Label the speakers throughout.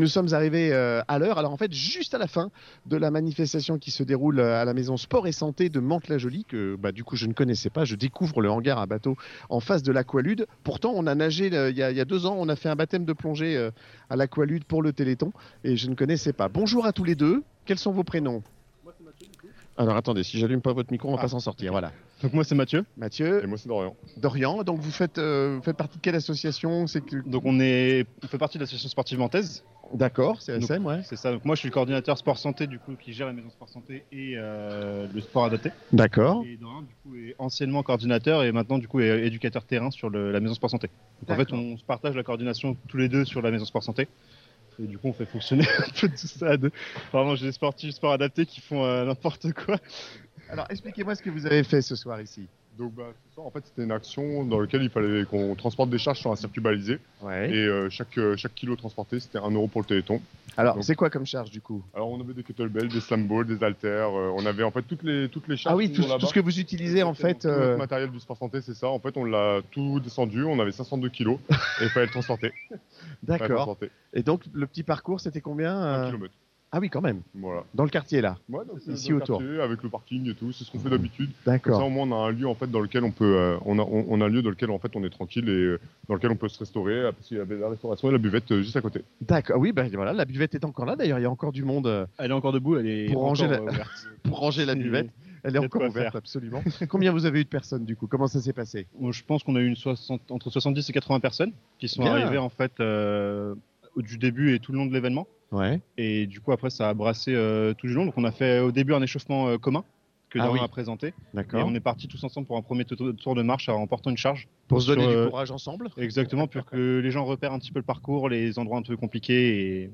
Speaker 1: Nous sommes arrivés euh, à l'heure, alors en fait juste à la fin de la manifestation qui se déroule euh, à la maison Sport et Santé de Mantes-la-Jolie, que bah, du coup je ne connaissais pas, je découvre le hangar à bateau en face de l'aqualude. Pourtant on a nagé euh, il, y a, il y a deux ans, on a fait un baptême de plongée euh, à l'aqualude pour le Téléthon et je ne connaissais pas. Bonjour à tous les deux, quels sont vos prénoms alors attendez, si j'allume pas votre micro, on va
Speaker 2: Ah.
Speaker 1: pas s'en sortir. Voilà.
Speaker 2: Donc moi c'est Mathieu
Speaker 1: Mathieu,
Speaker 2: et moi c'est Dorian.
Speaker 1: Dorian, donc vous faites, euh, vous faites partie de quelle association C'est que...
Speaker 2: Donc on est, on fait partie de l'association sportive nantaise.
Speaker 1: D'accord, CSM, ouais.
Speaker 2: C'est ça. Donc moi je suis le coordinateur sport santé du coup qui gère la maison sport santé et euh, le sport adapté.
Speaker 1: D'accord.
Speaker 2: Et Dorian du coup est anciennement coordinateur et maintenant du coup est éducateur terrain sur le- la maison sport santé. Donc en fait
Speaker 1: D'accord.
Speaker 2: on se partage la coordination tous les deux sur la maison sport santé. Et du coup, on fait fonctionner un peu tout ça. à deux. Vraiment, j'ai des sportifs sport adaptés qui font euh, n'importe quoi.
Speaker 1: Alors expliquez-moi ce que vous avez fait ce soir ici.
Speaker 3: Donc, bah, ce soir, en fait, c'était une action dans laquelle il fallait qu'on transporte des charges sur un circuit balisé.
Speaker 1: Ouais.
Speaker 3: Et euh, chaque, euh, chaque kilo transporté, c'était 1 euro pour le téléthon.
Speaker 1: Alors
Speaker 3: Donc-
Speaker 1: c'est quoi comme charge du coup
Speaker 3: Alors, on avait des kettlebells, des slam balls, des haltères. euh, on avait en fait toutes les, toutes les charges.
Speaker 1: Ah oui,
Speaker 3: qui
Speaker 1: tout,
Speaker 3: sont là-bas.
Speaker 1: tout ce que vous utilisez en fait.
Speaker 3: Tout notre
Speaker 1: euh,
Speaker 3: matériel du sport santé, c'est ça. En fait, on l'a tout descendu. On avait 502 kilos et il fallait le transporter. Il fallait le
Speaker 1: D'accord.
Speaker 3: transporter.
Speaker 1: Et donc le petit parcours, c'était combien euh,
Speaker 3: Un kilomètre.
Speaker 1: Ah oui, quand même.
Speaker 3: Voilà.
Speaker 1: Dans le quartier là.
Speaker 3: Ouais, donc,
Speaker 1: Ici,
Speaker 3: dans le
Speaker 1: autour. Mmh.
Speaker 3: quartier, Avec le parking et tout, c'est ce qu'on fait d'habitude. Comme ça,
Speaker 1: D'accord.
Speaker 3: au moins, on a un lieu en fait dans lequel on peut, euh, on, a, on, on a un lieu dans lequel en fait on est tranquille et euh, dans lequel on peut se restaurer. euh, Parce qu'il y avait la restauration et la buvette euh, juste à côté.
Speaker 1: D'accord. Oui, ben voilà, la buvette est encore là. D'ailleurs, il y a encore du monde euh,
Speaker 2: Elle est encore debout, elle est
Speaker 1: Pour
Speaker 2: encore
Speaker 1: ranger la-
Speaker 2: euh, ouverte.
Speaker 1: pour ranger la buvette. Elle est
Speaker 2: Il y a de
Speaker 1: encore
Speaker 2: quoi
Speaker 1: ouverte,
Speaker 2: faire.
Speaker 1: absolument. Combien vous avez eu de personnes du coup Comment ça s'est passé
Speaker 2: Bon, Je pense qu'on a eu une soixante- entre 70 et 80 personnes qui sont
Speaker 1: Bien.
Speaker 2: arrivées en fait euh, au- du début et tout le long de l'événement.
Speaker 1: Ouais.
Speaker 2: Et du coup, après, ça a brassé euh, tout du long. Donc, on a fait au début un échauffement euh, commun que
Speaker 1: Ah
Speaker 2: Dorian
Speaker 1: oui.
Speaker 2: a présenté. Et
Speaker 1: D'accord.
Speaker 2: on est partis tous ensemble pour un premier to- tour de marche en portant une charge.
Speaker 1: Pour se donner
Speaker 2: sur,
Speaker 1: du
Speaker 2: euh,
Speaker 1: courage ensemble.
Speaker 2: Exactement, pour que les gens repèrent un petit peu le parcours, les endroits un peu compliqués et,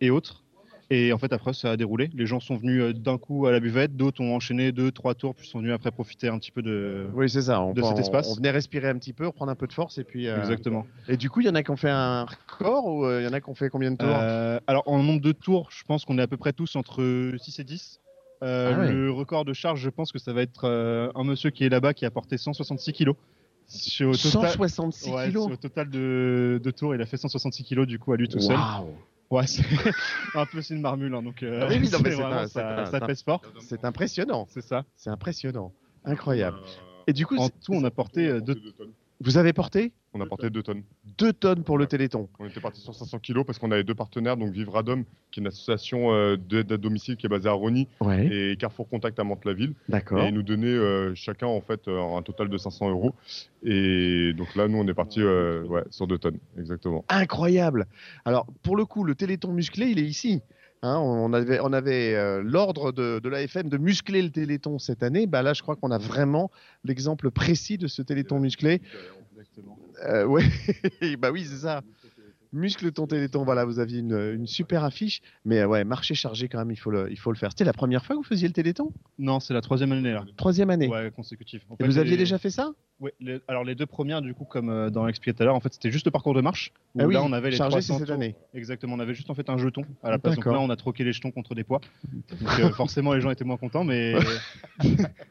Speaker 2: et autres. Et en fait, après, ça a déroulé. Les gens sont venus euh, d'un coup à la buvette, d'autres ont enchaîné deux, trois tours, puis sont venus après profiter un petit peu de.
Speaker 1: Oui, c'est ça. On,
Speaker 2: de
Speaker 1: on-
Speaker 2: cet espace.
Speaker 1: on venait respirer un petit peu, reprendre un peu de force et puis. euh,
Speaker 2: Exactement.
Speaker 1: Et du coup, il y en a qui ont fait un record ou euh, il y en a qui ont fait combien de tours
Speaker 2: Euh, alors, en nombre de tours, je pense qu'on est à peu près tous entre 6 et 10. Euh,
Speaker 1: Ah ouais.
Speaker 2: Le record de charge, je pense que ça va être euh, un monsieur qui est là-bas qui a porté 166 kilos. C'est Au total,
Speaker 1: 166
Speaker 2: ouais,
Speaker 1: kilos.
Speaker 2: c'est au total de, de tours, il a fait 166 kilos du coup à lui tout seul.
Speaker 1: Waouh
Speaker 2: Ouais, c'est un peu c'est une marmule, hein, donc euh,
Speaker 1: Ah oui, oui, non, mais
Speaker 2: c'est
Speaker 1: c'est
Speaker 2: vraiment,
Speaker 1: un- c'est
Speaker 2: ça,
Speaker 1: un-
Speaker 2: ça pèse fort.
Speaker 1: C'est impressionnant.
Speaker 2: C'est ça.
Speaker 1: C'est impressionnant. Incroyable.
Speaker 3: Euh,
Speaker 1: Et du coup,
Speaker 2: En
Speaker 1: c'est-
Speaker 2: tout, on a porté euh,
Speaker 3: on a porté
Speaker 2: deux.
Speaker 3: deux tonnes.
Speaker 1: vous avez porté
Speaker 3: On a porté 2 tonnes.
Speaker 1: 2 tonnes pour le Téléthon.
Speaker 3: On était parti sur 500 kilos parce qu'on avait deux partenaires, donc Vivradom, qui est une association euh, d'aide à domicile qui est basée à Rony,
Speaker 1: Ouais.
Speaker 3: et Carrefour Contact à Mantes-la-Ville, et
Speaker 1: D'accord.
Speaker 3: ils nous donnaient euh, chacun en fait euh, un total de 500 euros. Et donc là, nous, on est parti euh, ouais, sur 2 tonnes, exactement.
Speaker 1: Incroyable. Alors, pour le coup, le Téléthon musclé, il est ici. Hein, on avait, on avait euh, l'ordre de, de l'AFM de muscler le Téléthon cette année. Bah là, je crois qu'on a vraiment l'exemple précis de ce Téléthon musclé. Euh, ouais, bah oui, c'est ça. Muscle ton téléthon. Voilà, vous aviez une, une super affiche. Mais euh, ouais, marché chargé quand même, il faut le, il faut le faire. C'était la première fois que vous faisiez le téléthon
Speaker 2: Non, c'est la troisième année là.
Speaker 1: Troisième année.
Speaker 2: Ouais, consécutive.
Speaker 1: Et
Speaker 2: En fait,
Speaker 1: vous aviez
Speaker 2: les-
Speaker 1: déjà fait ça
Speaker 2: Ouais, les- alors les deux premières, du coup, comme euh, dans l'expliqué tout à l'heure, en fait, c'était juste le parcours de marche. Où
Speaker 1: Ah oui,
Speaker 2: là, on avait les
Speaker 1: chargé, c'est
Speaker 2: 300
Speaker 1: cette
Speaker 2: tours.
Speaker 1: année.
Speaker 2: Exactement, on avait juste en fait un jeton à la place. Donc
Speaker 1: D'accord.
Speaker 2: là, on a troqué les jetons contre des poids. Donc euh, forcément, les gens étaient moins contents, mais,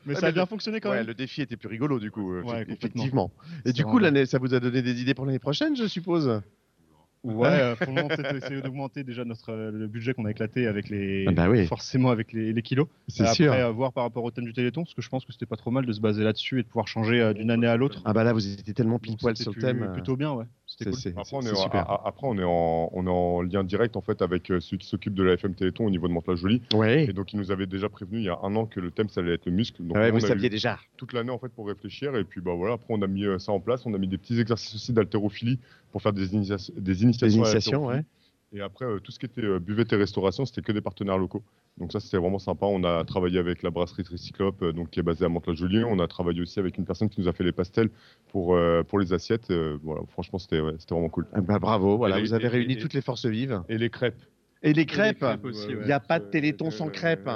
Speaker 2: mais ça
Speaker 1: mais
Speaker 2: a bien
Speaker 1: le-
Speaker 2: fonctionné quand même.
Speaker 1: le défi était plus rigolo du coup. euh,
Speaker 2: Ouais,
Speaker 1: effect-
Speaker 2: complètement.
Speaker 1: effectivement. Et
Speaker 2: C'est
Speaker 1: du coup,
Speaker 2: vraiment-
Speaker 1: l'année, ça vous a donné des idées pour l'année prochaine, je suppose
Speaker 2: Ouais, euh, pour le moment, on essayer d'augmenter déjà notre euh, le budget qu'on a éclaté avec les
Speaker 1: Ah bah oui.
Speaker 2: forcément avec les, les kilos.
Speaker 1: C'est
Speaker 2: Après,
Speaker 1: sûr.
Speaker 2: à voir par rapport au thème du Téléthon, parce que je pense que c'était pas trop mal de se baser là-dessus et de pouvoir changer euh, d'une année à l'autre.
Speaker 1: Ah bah là, vous étiez tellement pile
Speaker 2: Donc,
Speaker 1: poil
Speaker 2: c'était
Speaker 1: sur le
Speaker 2: plus-
Speaker 1: thème. euh,
Speaker 2: Plutôt bien, ouais.
Speaker 1: c'est-
Speaker 2: C'était cool.
Speaker 1: c'est-
Speaker 3: Après, on
Speaker 1: c'est-
Speaker 3: est,
Speaker 1: c'est
Speaker 3: en,
Speaker 1: super.
Speaker 3: a- après, on est en, on est en lien direct en fait avec euh, celui qui s'occupe de la FM Téléthon au niveau de Mantes-la-Jolie. Et
Speaker 1: Ouais.
Speaker 3: donc, il nous avait déjà prévenu il y a un an que le thème, ça allait être le muscle. Donc,
Speaker 1: Ah Ouais,
Speaker 3: on
Speaker 1: vous
Speaker 3: a eu-
Speaker 1: saviez déjà.
Speaker 3: toute l'année en fait pour réfléchir et puis bah voilà après on a mis euh, ça en place on a mis des petits exercices aussi d'haltérophilie pour faire des, initia- des initiations,
Speaker 1: Les
Speaker 3: à
Speaker 1: initiations, ouais.
Speaker 3: l'haltérophilie. et après euh, tout ce qui était euh, buvette et restauration c'était que des partenaires locaux donc ça c'était vraiment sympa on a travaillé avec la brasserie Tricyclope euh, donc qui est basée à Mantes-la-Jolie on a travaillé aussi avec une personne qui nous a fait les pastels pour euh, pour les assiettes Euh, voilà franchement c'était ouais, c'était vraiment cool
Speaker 1: Ah bah bravo, voilà,
Speaker 3: Et-
Speaker 1: vous avez
Speaker 3: et-
Speaker 1: réuni
Speaker 3: et-
Speaker 1: toutes les forces vives.
Speaker 3: et les crêpes
Speaker 1: Et les crêpes
Speaker 2: aussi,
Speaker 1: Il n'y a pas de téléthon sans crêpes.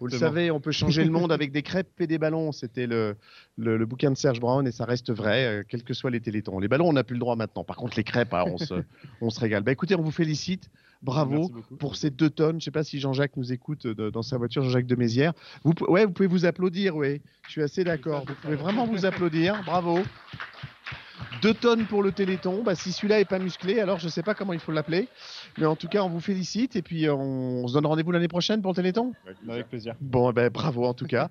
Speaker 1: Vous le savez, on peut changer le monde avec des crêpes et des ballons. C'était le, le, le bouquin de Serge Brown et ça reste vrai, euh, quels que soient les télétons. Les ballons, on n'a plus le droit maintenant. Par contre, les crêpes, ah, on, se, on se régale. Bah, écoutez, on vous félicite. Bravo
Speaker 2: Merci beaucoup.
Speaker 1: pour ces deux tonnes. Je ne sais pas si Jean-Jacques nous écoute euh, de- dans sa voiture, Jean-Jacques de Mézières. Vous, pou- ouais, vous pouvez vous applaudir, oui. Je suis assez d'accord. Vous pouvez vraiment vous applaudir. Bravo. 2 tonnes pour le Téléthon. Bah, si celui-là est pas musclé, alors je sais pas comment il faut l'appeler. Mais en tout cas, on vous euh, félicite et puis on, on se donne rendez-vous l'année prochaine pour le Téléthon.
Speaker 2: Avec plaisir.
Speaker 1: Bon, eh ben, bravo en tout cas.